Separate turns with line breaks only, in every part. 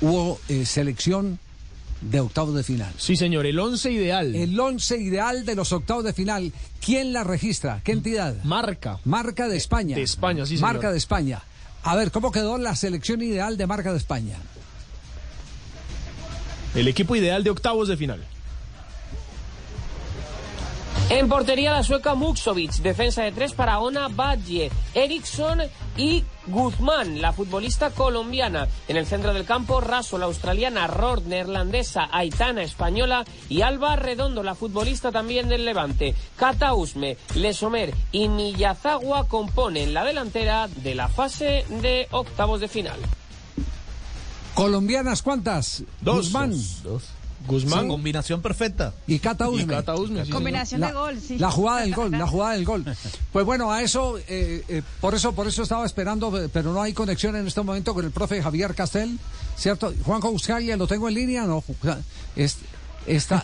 hubo eh, selección de octavos de final.
Sí, señor, el once ideal.
El once ideal de los octavos de final. ¿Quién la registra? ¿Qué entidad?
Marca.
Marca de España.
De España, sí, señor.
Marca de España. A ver, ¿cómo quedó la selección ideal de Marca de España?
El equipo ideal de octavos de final.
En portería la sueca Muksovic, defensa de tres para Ona Badje, Eriksson y Guzmán, la futbolista colombiana. En el centro del campo, Raso, la australiana, Rord, neerlandesa, Aitana, española y Alba Redondo, la futbolista también del Levante. Katausme, Lesomer y Miyazawa componen la delantera de la fase de octavos de final.
¿Colombianas cuántas?
Dos.
Guzmán.
Dos. Guzmán.
Sí.
Combinación perfecta.
Y Cata Usme.
Y Cata Usme, sí,
Combinación
La,
de gol, sí.
la jugada del gol, la jugada del gol. Pues bueno, a eso, eh, eh, por eso, por eso estaba esperando, eh, pero no hay conexión en este momento con el profe Javier Castel, ¿cierto? Juanjo Buscalia, ¿lo tengo en línea? No, es, está,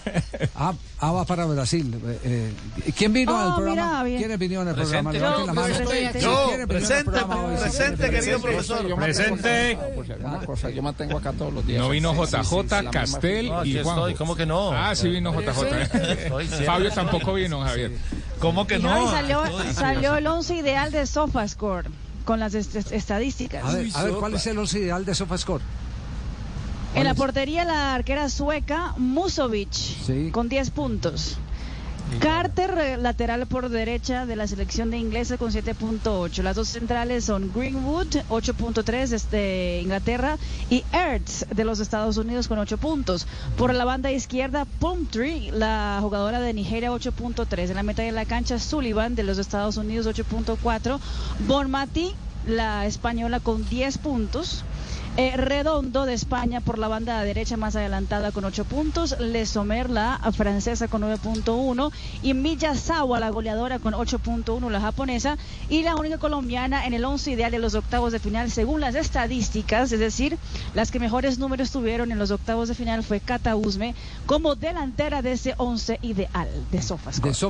ah, ah, va para Brasil. Eh, eh, ¿Quién vino
Oh,
al
mira,
programa?
bien.
¿Quiénes vinieron al
Presente.
programa? Levanten la
Yo,
mano.
presente.
Sí, ¿quiénes
Yo,
vinieron al
presente,
programa hoy?
presente, querido profesor.
Presente.
Por si alguna cosa, yo mantengo acá todos los días.
No vino
Sí, sí, sí, sí, la
JJ,
misma
Castel
No, aquí
y Juan.
estoy, ¿cómo que no?
Ah, sí vino
Estoy
JJ.
siempre.
Fabio tampoco vino, Javier.
¿Cómo que
Y
no?
no, y salió,
Estoy.
salió el once ideal de SofaScore con las est- est- estadísticas.
A ver, a ver, ¿cuál es el once ideal de SofaScore?
En
¿cuál
la
es?
portería la arquera sueca Musovic
Sí.
con 10 puntos. Carter, eh, lateral por derecha de la selección de inglesa con 7.8. Las dos centrales son Greenwood, 8.3 este, Inglaterra, y Ertz de los Estados Unidos con 8 puntos. Por la banda izquierda, Plumtree, la jugadora de Nigeria, 8.3. En la mitad de la cancha, Sullivan de los Estados Unidos, 8.4. Bonmati, la española, con 10 puntos. Eh, Redondo de España por la banda derecha más adelantada con 8 puntos, Lesomer la francesa con 9.1 y Miyazawa la goleadora con 8.1 la japonesa y la única colombiana en el 11 ideal de los octavos de final según las estadísticas, es decir, las que mejores números tuvieron en los octavos de final fue Cata Usme como delantera de ese 11 ideal de Sofascore.
De Sofa-